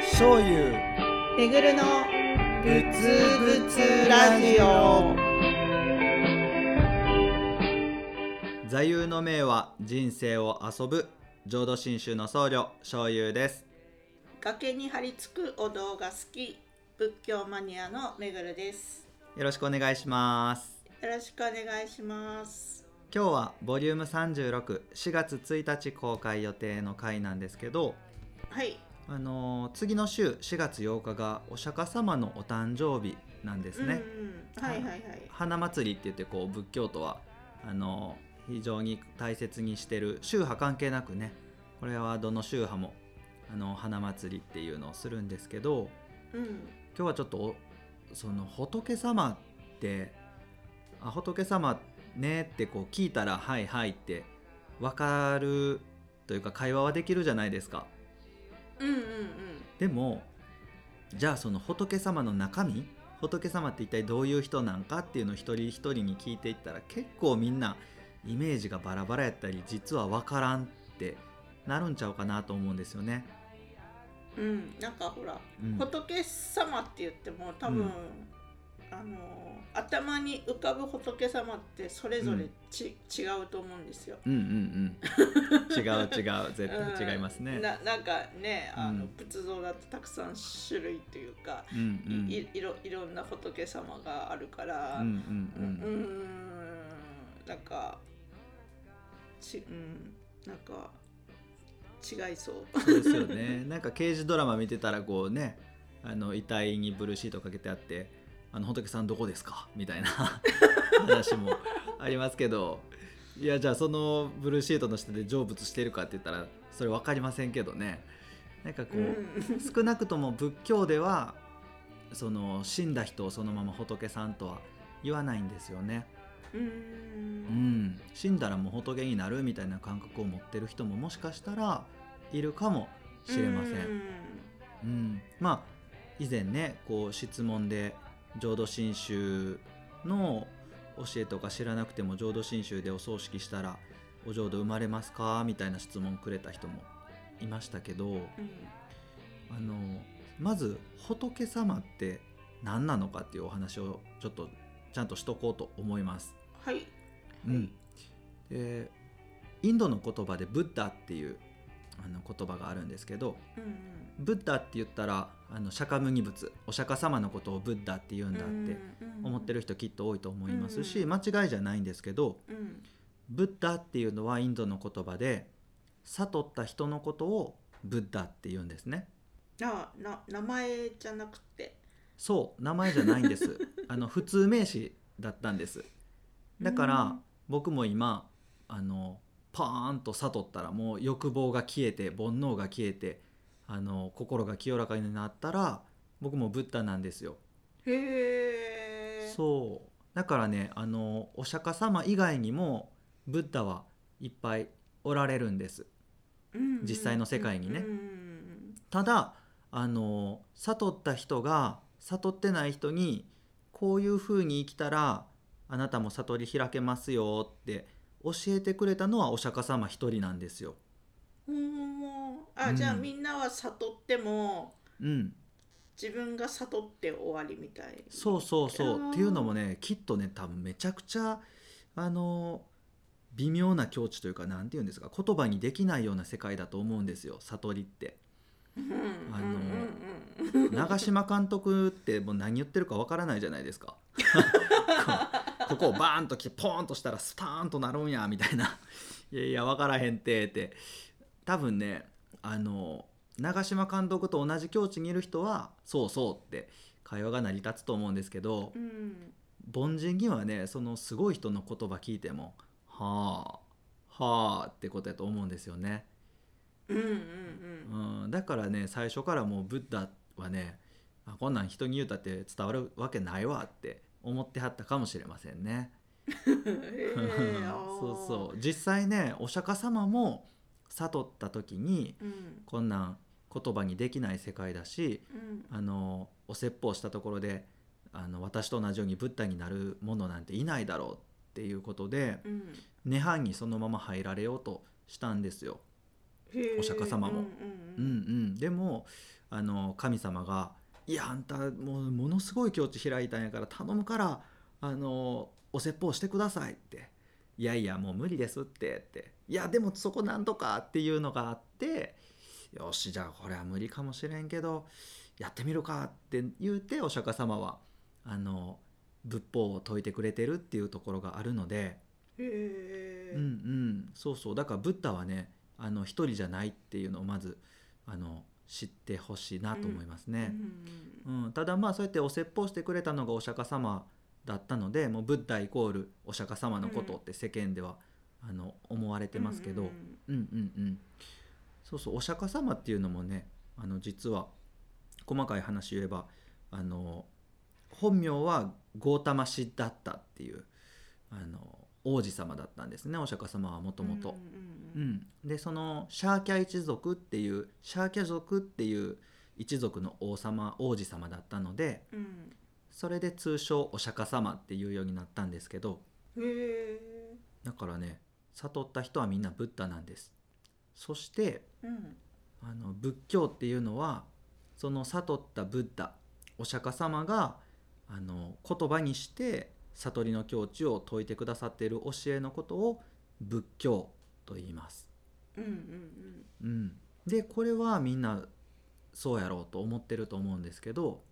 醤油めぐるのぶつぶつラジオ座右の銘は人生を遊ぶ浄土真宗の僧侶醤油です崖に張り付くお堂が好き仏教マニアのめぐるですよろしくお願いしますよろしくお願いします今日はボリューム364月1日公開予定の回なんですけどはいあのー次の週4月8日がお釈迦様のお誕生日なんですね、うんうん、はいはいはい花祭りって言ってこう仏教徒はあの非常に大切にしてる宗派関係なくねこれはどの宗派もあの花祭りっていうのをするんですけどうん今日はちょっとおその仏様ってあ仏様ねってこう聞いたら「はいはい」って分かるというか会話はできるじゃないですか。うんうんうんでもじゃあその仏様の中身仏様って一体どういう人なんかっていうのを一人一人に聞いていったら結構みんなイメージがバラバラやったり実は分からんってなるんちゃうかなと思うんですよね。うんなんかほら、うん仏様って言っても多分、うんあの頭に浮かぶ仏様ってそれぞれち、違うと思うんですようんうんうん、違う違う絶対違いますうねん、。ななんかねあの、うん仏像だってたくさん種類というか、うんうんいいろいろんな仏様があるから、うんううんんうんうーんなんかちうんなんか違いそう。そうですよ ねなんか刑事ドラマ見てたらこうねあの遺体にブルーシートかけてあって「あの仏さんどこですか?」みた いな話もありますけどいやじゃあそのブルーシートの下で成仏してるかって言ったらそれ分かりませんけどねなんかこうんう、少なくとも仏教ではその死んだ人をそのまま仏さんとは言わないんですよね。ううんん、死んだらもう仏になるみたいな感覚を持ってる人ももしかしたらいるかもしれませんう。うん、まあ以前ねこう質問で浄土真宗の教えとか知らなくても浄土真宗でお葬式したらお浄土生まれますかみたいな質問くれた人もいましたけどうんあのまず仏様って何なのかっていうお話をちょっとちゃんとしとこうと思います。はい。うん、でインドの言葉でブッダっていうあの言葉があるんですけどうんうんブッダって言ったらあの釈迦無二仏お釈迦様のことをブッダって言うんだって思ってる人きっと多いと思いますしう間違いじゃないんですけどうんブッダっていうのはインドの言葉で悟った人のことをブッダって言うんですねなな名前じゃなくてそう名前じゃないんです あの普通名詞だったんですだから僕も今あのパーンと悟ったらもう欲望が消えて煩悩が消えてあの心が清らかになったら僕もブッダなんですよへえそうだからねあのお釈迦様以外にもブッダはいっぱいおられるんですうんうん実際の世界にねうんうんただあの悟った人が悟ってない人にこういう風に生きたらあなたも悟り開けますよって教えてくれたのはお釈迦様一人なんですよ。うんほんまあ、うんじゃあみんなは悟ってもうん、自分が悟って終わりみたいそうそうそあーうっていうのもねきっとね多分めちゃくちゃあの微妙な境地というか何て言うんですか言葉にできないような世界だと思うんですよ悟り って。うんうんあのうんうんうん長嶋監督ってもう何言ってるかわからないじゃない ですかここをバーンと来てポーンとしたらスターンとなるんやみたいな「いやいやわからへんて」って多分ねあの長嶋監督と同じ境地にいる人は「そうそう」って会話が成り立つと思うんですけどうん凡人にはねそのすごい人の言葉聞いても「はあはあ」ってことやと思うんですよね。うんうんうんうん、だからね最初からもうブッダはねあこんなん人に言うたって伝わるわけないわって思ってはったかもしれませんね。へえあ ーそうそう実際ねお釈迦様も悟った時にうんこんなん言葉にできない世界だしうんあのお説法したところであの私と同じようにブッダになるものなんていないだろうっていうことでうん涅槃にそのまま入られようとしたんですよ。へーお釈迦様もううんうんうんん、でもあの神様が「いやあんたもうものすごい境地開いたんやから頼むからあのお説法してください」って「いやいやもう無理です」ってって「いやでもそこなんとか」っていうのがあって「よしじゃあこれは無理かもしれんけどやってみるか」って言うてお釈迦様はあの仏法を説いてくれてるっていうところがあるので。うんへーうんうん、そうそうだからブッダはねあの一人じゃないっていうのをまずあの知ってほしいなと思いますうんうね、んうんただまあそうやってお説法してくれたのがお釈迦様だったのでもうブッダイコールお釈迦様のことって世間では、あの思われてますけど、ううん、うんんうんうんそうそうお釈迦様っていうのもねあの実は細かい話言えばあの本名はゴータマシだったっていうあの王子様だったんですねお釈迦様はもともと。うんううんん、でそのシャーキャ一族っていうシャーキャ族っていう一族の王様王子様だったのでうんそれで通称お釈迦様っていうようになったんですけどうんへだからね悟った人はみんなブッダなんです。そしてーうんあの仏教っていうのはその悟ったブッダお釈迦様があの言葉にして悟りの境地を説いてくださっている教えのことを仏教と言います。うんうんうん、でこれはみんなそうやろうと思ってると思うんですけど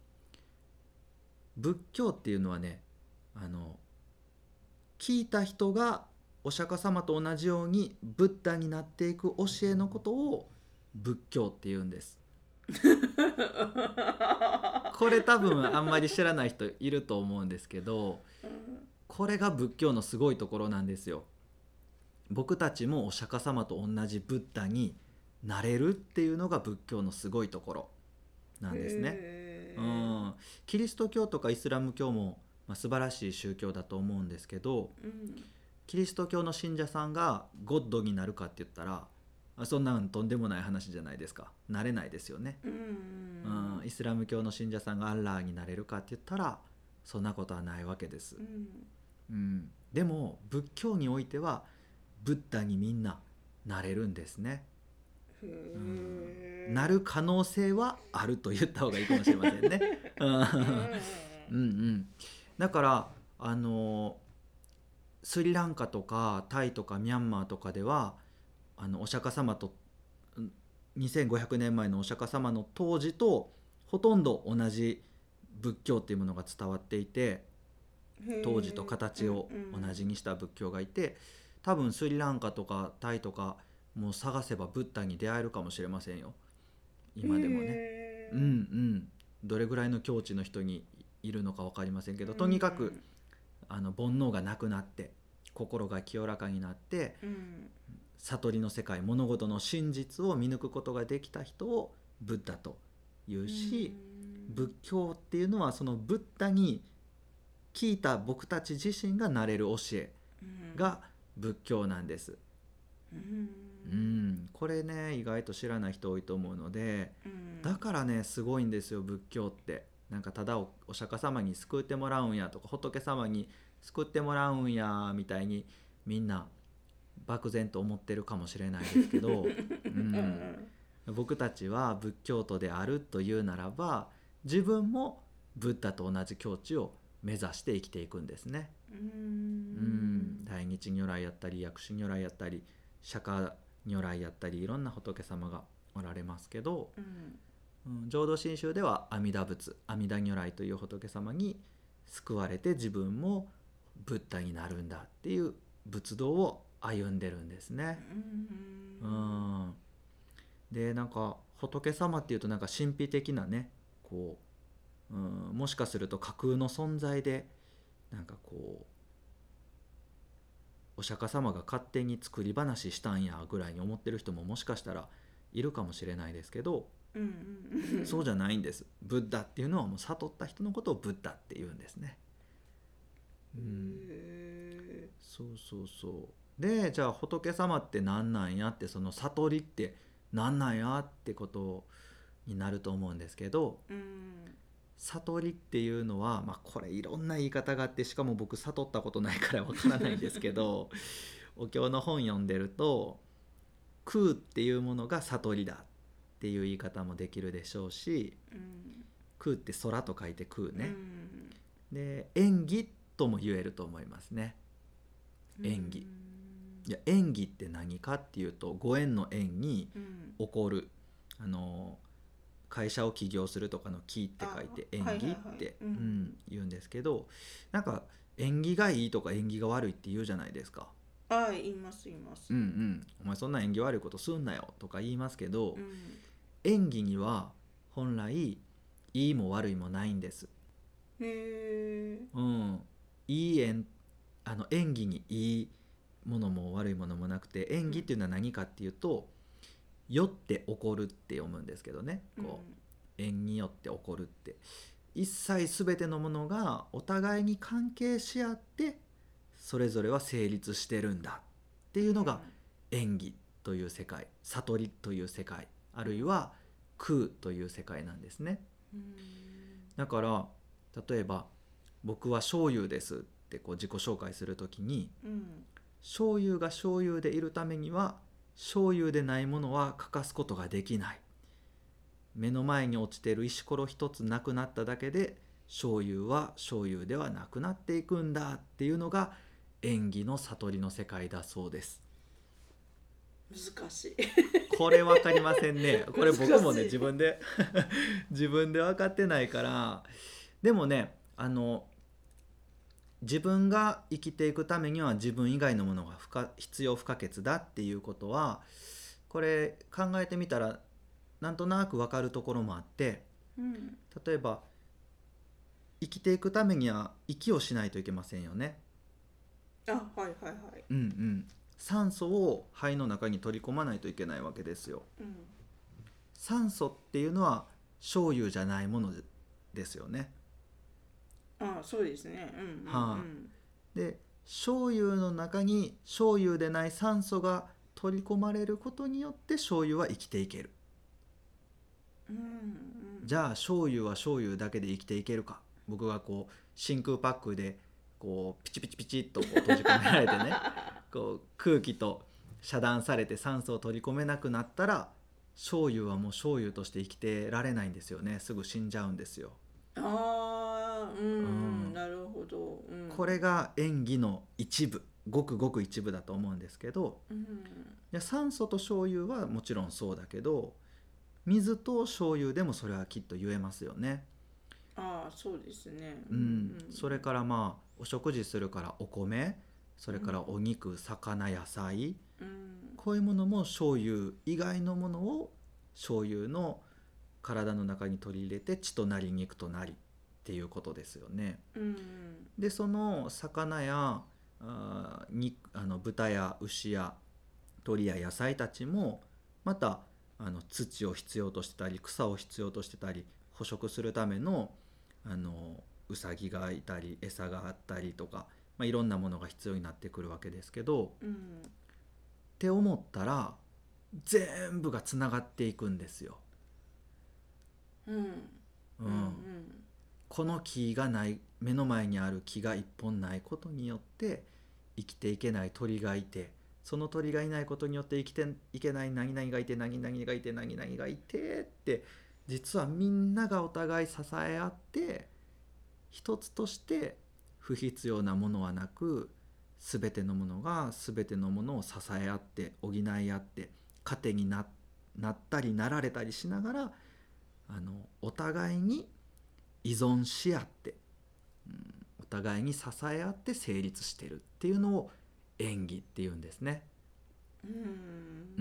仏教っていうのはねあの聞いた人がお釈迦様と同じようにブッダになっていく教えのことを仏教っていうんです。これ多分あんまり知らない人いると思うんですけどうんこれが仏教のすごいところなんですよ。僕たちもお釈迦様と同じブッダになれるっていうのが仏教のすごいところなんですね。へうーん、キリスト教とかイスラム教も、まあ、素晴らしい宗教だと思うんですけどうんキリスト教の信者さんがゴッドになるかって言ったらあそんなんとんでもない話じゃないですかなれないですよね。うんうん、イスラム教の信者さんがアッラーになれるかって言ったらそんなことはないわけですう。んうん、でも仏教においてはブッダにみんななれるんですね、へーうんなる可能性はあると言った方がいいかもしれません ね。うんうんうん、だからあのスリランカとかタイとかミャンマーとかではあのお釈迦様とうん2500年前のお釈迦様の当時とほとんど同じ仏教っていうものが伝わっていて。へー当時と形を同じにした仏教がいて多分スリランカとかタイとかもう探せばブッダに出会えるかもしれませんよ今でもね。へーうんうんどれぐらいの境地の人にいるのか分かりませんけどとにかく、あの煩悩がなくなって心が清らかになってうん悟りの世界物事の真実を見抜くことができた人をブッダというし、うん仏教っていうのはそのブッダに聞いた僕たち自身がなれる教えが仏教なんです。うんうん、これね意外と知らない人多いと思うのでうんだからねすごいんですよ仏教って。なんかただおお釈迦様に救ってもらうんやとか仏様に救ってもらうんやみたいにみんな漠然と思ってるかもしれないですけど、ううんん、僕たちは仏教徒であるというならば自分もブッダと同じ境地を目指して生きていくんですね。ううんん、大日如来やったり薬師如来やったり釈迦如来やったりいろんな仏様がおられますけど、うんうん、浄土真宗では阿弥陀仏阿弥陀如来という仏様に救われて自分もブッダになるんだっていう仏道を歩んでるんですね。うんうん、でなんか仏様っていうとなんか神秘的なねこう、うん、もしかすると架空の存在でなんかこうお釈迦様が勝手に作り話したんやぐらいに思ってる人ももしかしたらいるかもしれないですけど、うんそうじゃないんですブッダっていうのはもう悟った人のことをブッダって言うんですね。ううんんそうそうそうでじゃあ仏様って何なんやってその悟りって何なんやってことになると思うんですけどうん悟りっていうのは、まあ、これいろんな言い方があってしかも僕悟ったことないからわからないんですけどお経の本読んでると空っていうものが悟りだっていう言い方もできるでしょうしうん空って空と書いて空うね、んで演技とも言えると思いますね演技いや演技って何かっていうとご縁の縁にうん起こるあの会社を起業するとかの「起」って書いて「あ縁はいはい起」はいってううんん言うんですけどなんか縁起がいいとか縁起が悪いって言うじゃないですか。あ言います言いますうんうん、お前そんな縁起悪いことすんなよとか言いますけど、うん演技には本来いいも悪いもないんです。へえうん、いい演あの演技にいいものも悪いものもなくて演技っていうのは何かっていうと「酔って起こる」って読むんですけどねこう、縁によって起こるって一切全てのものがお互いに関係し合ってそれぞれは成立してるんだっていうのが演技という世界悟りという世界あるいは空という世界なんですね。うんだから例えば「僕は醤油です」ってこう自己紹介するときにうん醤油が醤油でいるためには醤油でないものは欠かすことができない目の前に落ちてる石ころ一つなくなっただけで醤油は醤油ではなくなっていくんだっていうのが縁起の悟りの世界だそうです難しいこれ分かりません ねこれ僕も難しねい自分で 自分で分かってないからでもねあの自分が生きていくためには自分以外のものが不可必要不可欠だっていうことはこれ考えてみたらなんとなく分かるところもあってうん例えば生きていくためには息をしないといけませんよね。 あはいはいはいうんうん、酸素を肺の中に取り込まないといけないわけですよ。うん酸素っていうのは醤油じゃないものですよね。あそうですねうんうんうんはいで醤油の中に醤油でない酸素が取り込まれることによって醤油は生きていける。うんうんじゃあ醤油は醤油だけで生きていけるか。僕がこう真空パックでこうピチピチピチっとこう閉じ込められてねこう空気と遮断されて酸素を取り込めなくなったら醤油はもう醤油として生きてられないんですよねすぐ死んじゃうんですよ。あうーうん、うんん、なるほど、うん、これが演技の一部ごくごく一部だと思うんですけどうんいや酸素と醤油はもちろんそうだけど水と醤油でもそれはきっと言えますよね。ああそうですねうん、それかからまあお食事するからお米それからお肉魚野菜うんこういうものも醤油以外のものを醤油の体の中に取り入れて血となり肉となりっていうことですよね。うんでその魚やあー肉あの豚や牛や鳥や野菜たちもまたあの土を必要としてたり草を必要としてたり捕食するためのあのウサギがいたり餌があったりとか、まあ、いろんなものが必要になってくるわけですけどっうんて思ったら全部がつながっていくんですよ。うんうんうんこの木がない目の前にある木が一本ないことによって生きていけない鳥がいてその鳥がいないことによって生きていけない何々がいて何々がいて何々がいてって実はみんながお互い支え合って一つとして不必要なものはなく全てのものが全てのものを支え合って補い合って糧にななったりなられたりしながらあのお互いに依存し合って、うんお互いに支え合って成立してるっていうのを演技っていうんですね、うんう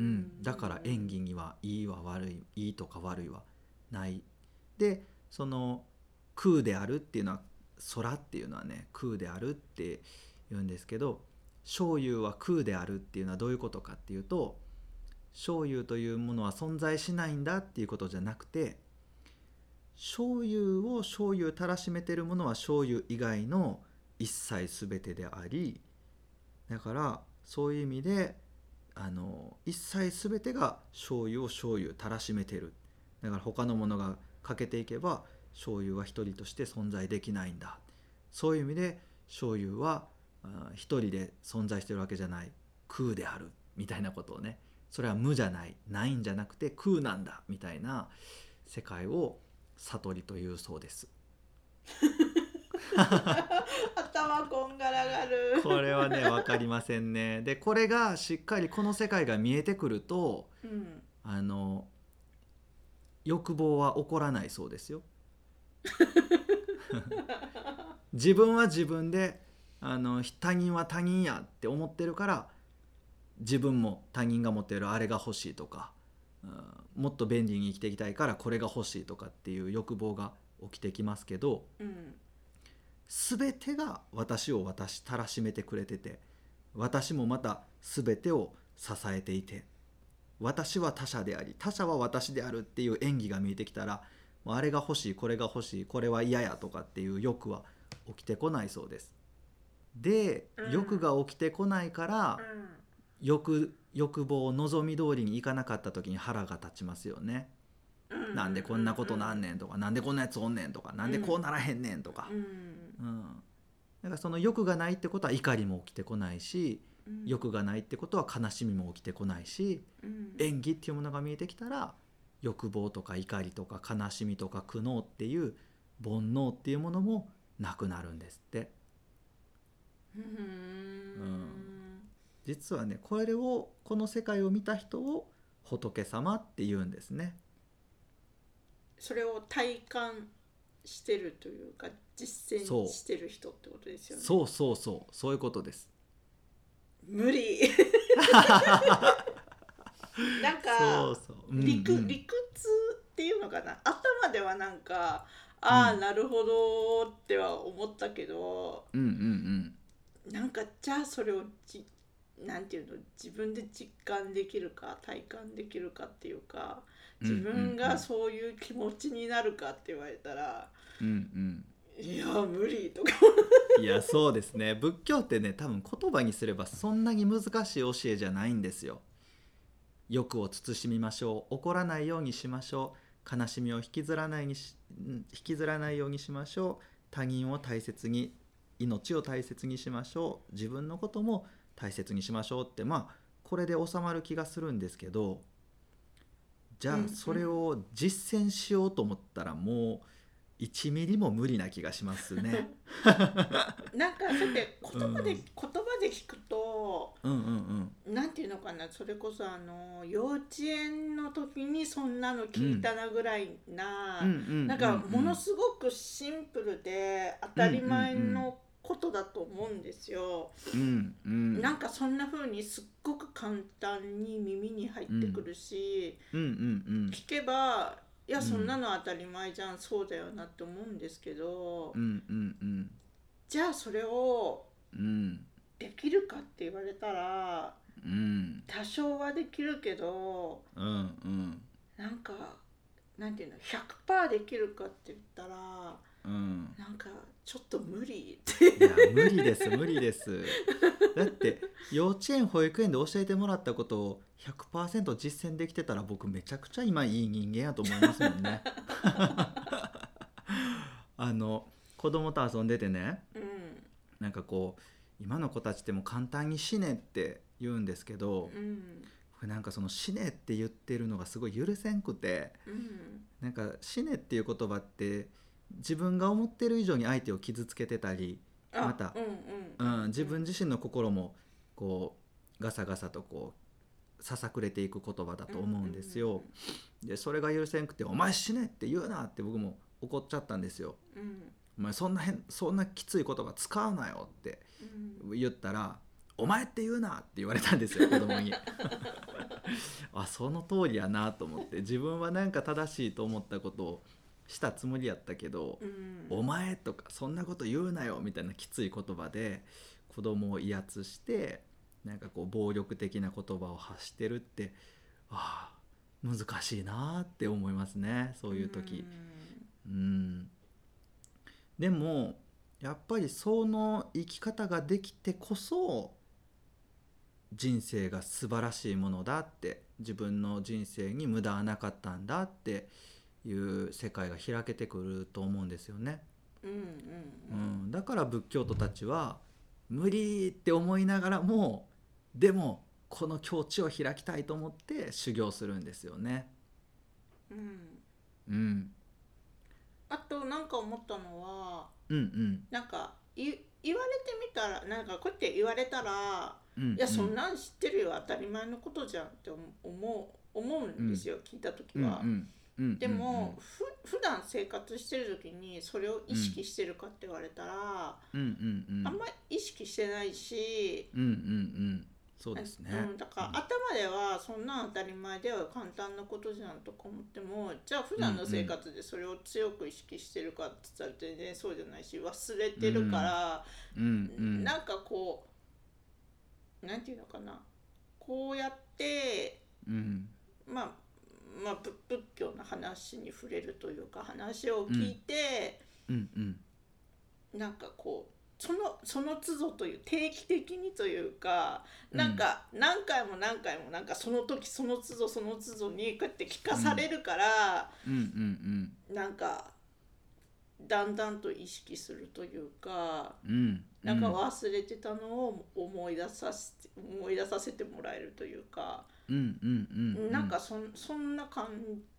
んだから演技にはいいは悪いいいとか悪いはないでその空であるっていうのは空っていうのはね空であるって言うんですけど醤油は空であるっていうのはどういうことかっていうと醤油というものは存在しないんだっていうことじゃなくて醤油を醤油たらしめてるものは醤油以外の一切全てでありだからそういう意味であの一切全てが醤油を醤油たらしめてるだから他のものが欠けていけば醤油は一人として存在できないんだそういう意味で醤油はあー一人で存在してるわけじゃない空であるみたいなことをねそれは無じゃないないんじゃなくて空なんだみたいな世界を悟りというそうです。 頭こんがらがるこれはね分かりませんね。でこれがしっかりこの世界が見えてくるとうんあの欲望は起こらないそうですよ。自分は自分であの他人は他人やって思ってるから自分も他人が持ってるあれが欲しいとか、うん、もっと便利に生きていきたいからこれが欲しいとかっていう欲望が起きてきますけどうん全てが私を私たらしめてくれてて私もまた全てを支えていて私は他者であり他者は私であるっていう演技が見えてきたらもうあれが欲しいこれが欲しいこれは嫌やとかっていう欲は起きてこないそうです。でうん欲が起きてこないからうん欲欲望を望み通りにいかなかった時に腹が立ちますよね。うなんでこんなことなんねんとかなんでこんなやつおんねんとかなんでこうならへんねんとかう。うんん、だからその欲がないってことは怒りも起きてこないし、うん欲がないってことは悲しみも起きてこないし、うん演技っていうものが見えてきたら欲望とか怒りとか悲しみとか苦悩っていう煩悩っていうものもなくなるんですってうん実はねこれをこの世界を見た人を仏様って言うんですねそれを体感してるというか実そう践してる人ってことですよねそうそうそうそういうことです無理なんそかうそう、うんうん理屈理屈っていうのかな頭ではなんかああ、うんなるほどっては思ったけどうんうんうんなんかじゃあそれをじなんていうの自分で実感できるか体感できるかっていうか自分がそういう気持ちになるかって言われたら、うんうんいや無理とか いやそうですね仏教ってね多分言葉にすればそんなに難しい教えじゃないんですよ。欲を慎みましょう怒らないようにしましょう悲しみを引きずらないにしん引きずらないようにしましょう他人を大切に命を大切にしましょう自分のことも大切にしましょうってまあこれで収まる気がするんですけどじゃうんうあんそれを実践しようと思ったらもう1ミリも無理な気がします ね。なんかそうやって言葉で、うん言葉で聞くとうんうんうんなんていうのかなそれこそあの幼稚園の時にそんなの聞いたなぐらいな、なんかものすごくシンプルで当たり前のことだと思うんですよ。うんうんなんかそんな風にすっごく簡単に耳に入ってくるし、うんうん聞けばいやうんそんなの当たり前じゃん、そうだよなって思うんですけど、うんうんうんじゃあそれをうんできるかって言われたらうん多少はできるけどうんうんなんかなんていうの100%できるかって言ったらうんなんかちょっと無理っていや無理です無理 ですだって幼稚園保育園で教えてもらったことを100%実践できてたら僕めちゃくちゃ今いい人間やと思いますもんね あの子供と遊んでてねうんなんかこう今の子たちってもう簡単に死ねって言うんですけど、うんこれなんかその「死ね」って言ってるのがすごい許せんくてうんなんか「死ね」っていう言葉って自分が思ってる以上に相手を傷つけてたり、あまたうんううんん、自分自身の心もこうガサガサとこうささくれていく言葉だと思うんですよ。でそれが許せんくて「お前死ね」って言うなって僕も怒っちゃったんですよ。うんうんお前そんな変そんなきつい言葉使うなよってうん言ったら「お前って言うな」って言われたんですよ子供に。 あその通りやなと思って自分はなんか正しいと思ったことをしたつもりやったけどうん「お前」とか「そんなこと言うなよ」みたいなきつい言葉で子供を威圧してなんかこう暴力的な言葉を発してるってああ難しいなって思いますねそういう時。うんでもやっぱりその生き方ができてこそ人生が素晴らしいものだって自分の人生に無駄はなかったんだっていう世界が開けてくると思うんですよね。うんうんううんん、だから仏教徒たちは無理って思いながらもでもこの境地を開きたいと思って修行するんですよね。うん、うん、あとなんか思ったのはうんうんなんかい言われてみたらなんかこうやって言われたらうんいやそんなん知ってるよ当たり前のことじゃんって思う思うんですよ、聞いた時うんうは。んうんうんでも、ふ普段生活してる時にそれを意識してるかって言われたら、うんうんうんあんまり意識してないし、うんうんうんそうですね。うん、だから頭ではそんなん当たり前では簡単なことじゃんとか思ってもじゃあ普段の生活でそれを強く意識してるかって言ったら全然そうじゃないし忘れてるから、うんうんなんかこうなんていうのかなこうやってうんまあまあ、ぶ仏教の話に触れるというか話を聞いて、うんうんなんかこうそのその都度という定期的にというかなんか何回も何回もなんかその時その都度その都度にこうやって聞かされるから、うんうんなんかだんだんと意識するというか。うんうんなんか忘れてたのを思い出させて思い出させてもらえるというか、うんうんうんうんなんかそんそんな感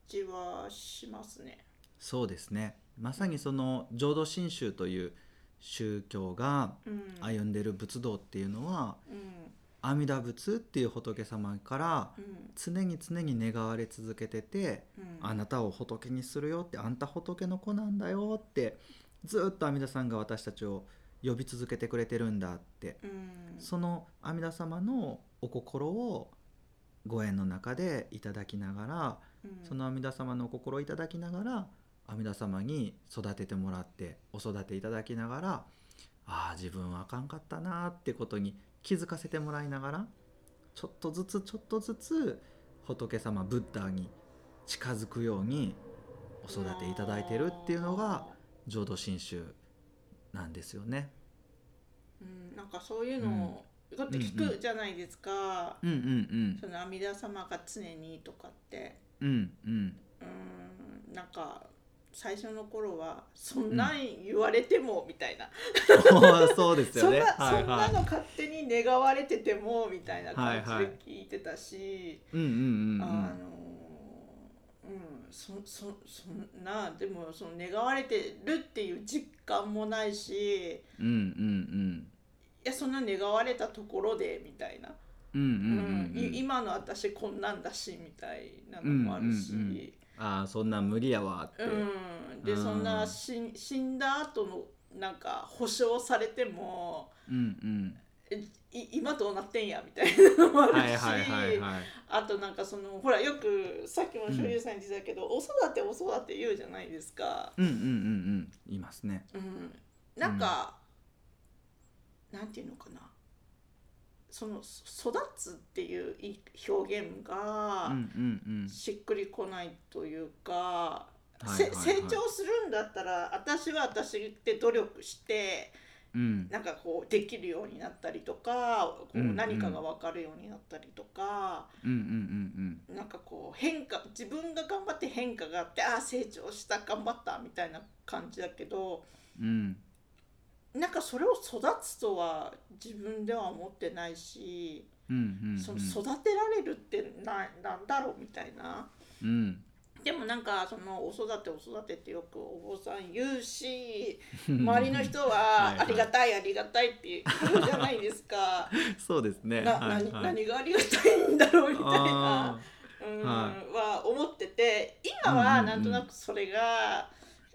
じはしますね。そうですねまさにその浄土真宗という宗教がうん、歩んでる仏道っていうのはうん阿弥陀仏っていう仏様からうん常に常に願われ続けててうんあなたを仏にするよってあんた仏の子なんだよってずっと阿弥陀さんが私たちを呼び続けてくれてるんだってうんその阿弥陀様のお心をご縁の中でいただきながらうんその阿弥陀様のお心をいただきながら阿弥陀様に育ててもらってお育ていただきながらああ自分はあかんかったなーってことに気づかせてもらいながらちょっとずつちょっとずつ仏様ブッダに近づくようにお育ていただいてるっていうのが浄土真宗なんですよね。うん、なんかそういうのを、こうやって聞くじゃないですか、うんうんその阿弥陀様が常にとかってうんうんうんうんなんか最初の頃はそんなん言われてもみたいな、 そうですそよんね。な、はいそんなはの勝手に願われててもみたいな感はいじはいで聞いてたし、い。うんうんうんうあん。のうんそそそんなでもその願われてるっていう実感もないしうんうんいやそんな願われたところでみたいな、うん。うんうんうんうん。い今の私こんなんだしみたいなのもあるし。うんうんうんああそんなん無理やわって。うん、でうんそんな死ん死んだ後のなんか保証されてもうんい今どうなってんやみたいなのもあうん。るし、はいはいはいはい。あとなんかそのほらよくさっきも所有さんに言ってたけど、お育てお育て言うじゃないですか。うんうんうんうん。言いますね。うん、なんか、なんていうのかなそのそ育つっていうい表現うんがうんうん。しっくりこないというか、はいせはいはい成長するんだったら私は私って努力してうんなんかこうできるようになったりとかこううんうん何かが分かるようになったりとか、うんうんうんなんかこう変化自分が頑張って変化があってああ成長した頑張ったみたいな感じだけどうんうん。なんかそれを育つとは自分では思ってないし、うんうんうん。その育てられるってななんだろうみたいな。うん。でもなんかそのお育てお育てってよくお坊さん言うし周りの。人ははいありがたいありがたいって言うじゃないで すか そうですね。な、はい何はい。何がありがたいんだろうみたいなあ。うんはは思ってて今うはんうんうんなんとなくそれが、あ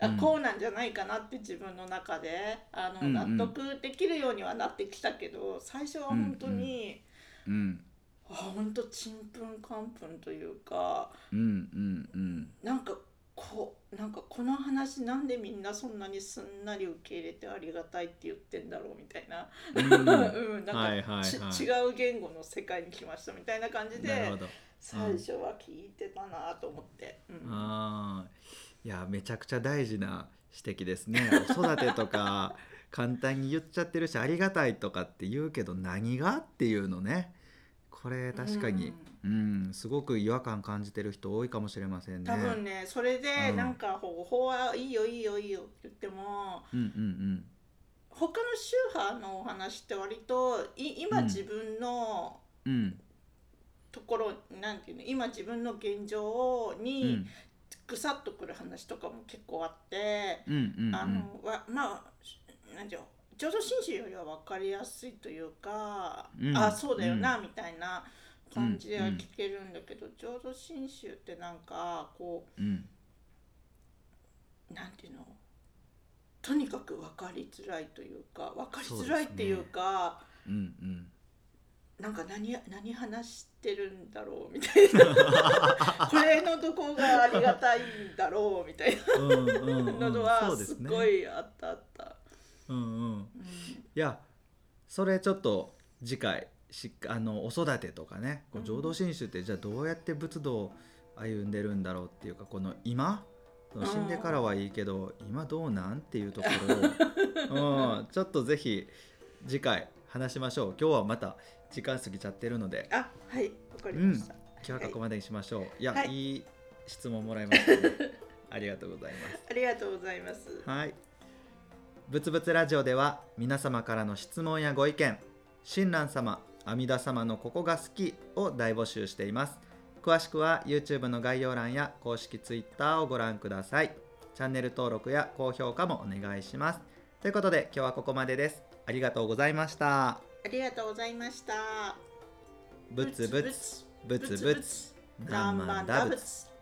うんこうなんじゃないかなって自分の中であの、うんうん納得できるようにはなってきたけど最初は本当に、ー。うんあ本当ちんぷんかんぷんというかうんうんうん。なんかこうなんかこの話なんでみんなそんなにすんなり受け入れてありがたいって言ってんだろうみたい な、うんうん、なんか、はいはいちはい。違う言語の世界に来ましたみたいな感じなるでほど。最初は聞いてたなと思って。うんああいやめちゃくちゃ大事な指摘ですね。お育てと か簡単に言っちゃってるしありがたいとかって言うけど何がっていうのねこれ確かに、うん、すごく違和感感じてる人多いかもしれませんね。多分ねそれでうんなんかほ法はいいよいいよいいよって言ってもうんうん他の宗派のお話って割とい今うん自分のうんうんころなんていうの今自分の現状うんにぐさっとくる話とかも結構あって、うんうんうんあのわまあなんていうの浄土真宗よりは分かりやすいというか、うんあそうだよな、みたいな感じではうん聞けるんだけど、浄土真宗ってなんかこうんうなんていうのとにかく分かりづらいというか分かりづらいっていうかうんうんなんか何何話してるんだろうみたい なこれのどこがありがたいんだろうみたいうんうん うんなのはそうですすねごいあったあった。うんうんうんいやそれちょっと次回しっあのお育てとかねこううん浄土真宗ってじゃあどうやって仏道を歩んでるんだろうっていうかこの今その死んでからはいいけど今どうなんっていうところ を、うん、ちょっとぜひ次回話しましょう今日はまた時間過ぎちゃってるのであはいわかりました。今日はここまでにしましょう、い、や、はいい、い質問もらいましたねありがとうございますありがとうございます。はい。ぶつぶつラジオでは皆様からの質問やご意見、親鸞様、阿弥陀様のここが好きを大募集しています。詳しくは YouTube の概要欄や公式 Twitter をご覧ください。チャンネル登録や高評価もお願いします。ということで今日はここまでです。ありがとうございました。ありがとうございました。ぶつぶつ、ぶつぶつ、南蛮南蛮打打仏仏。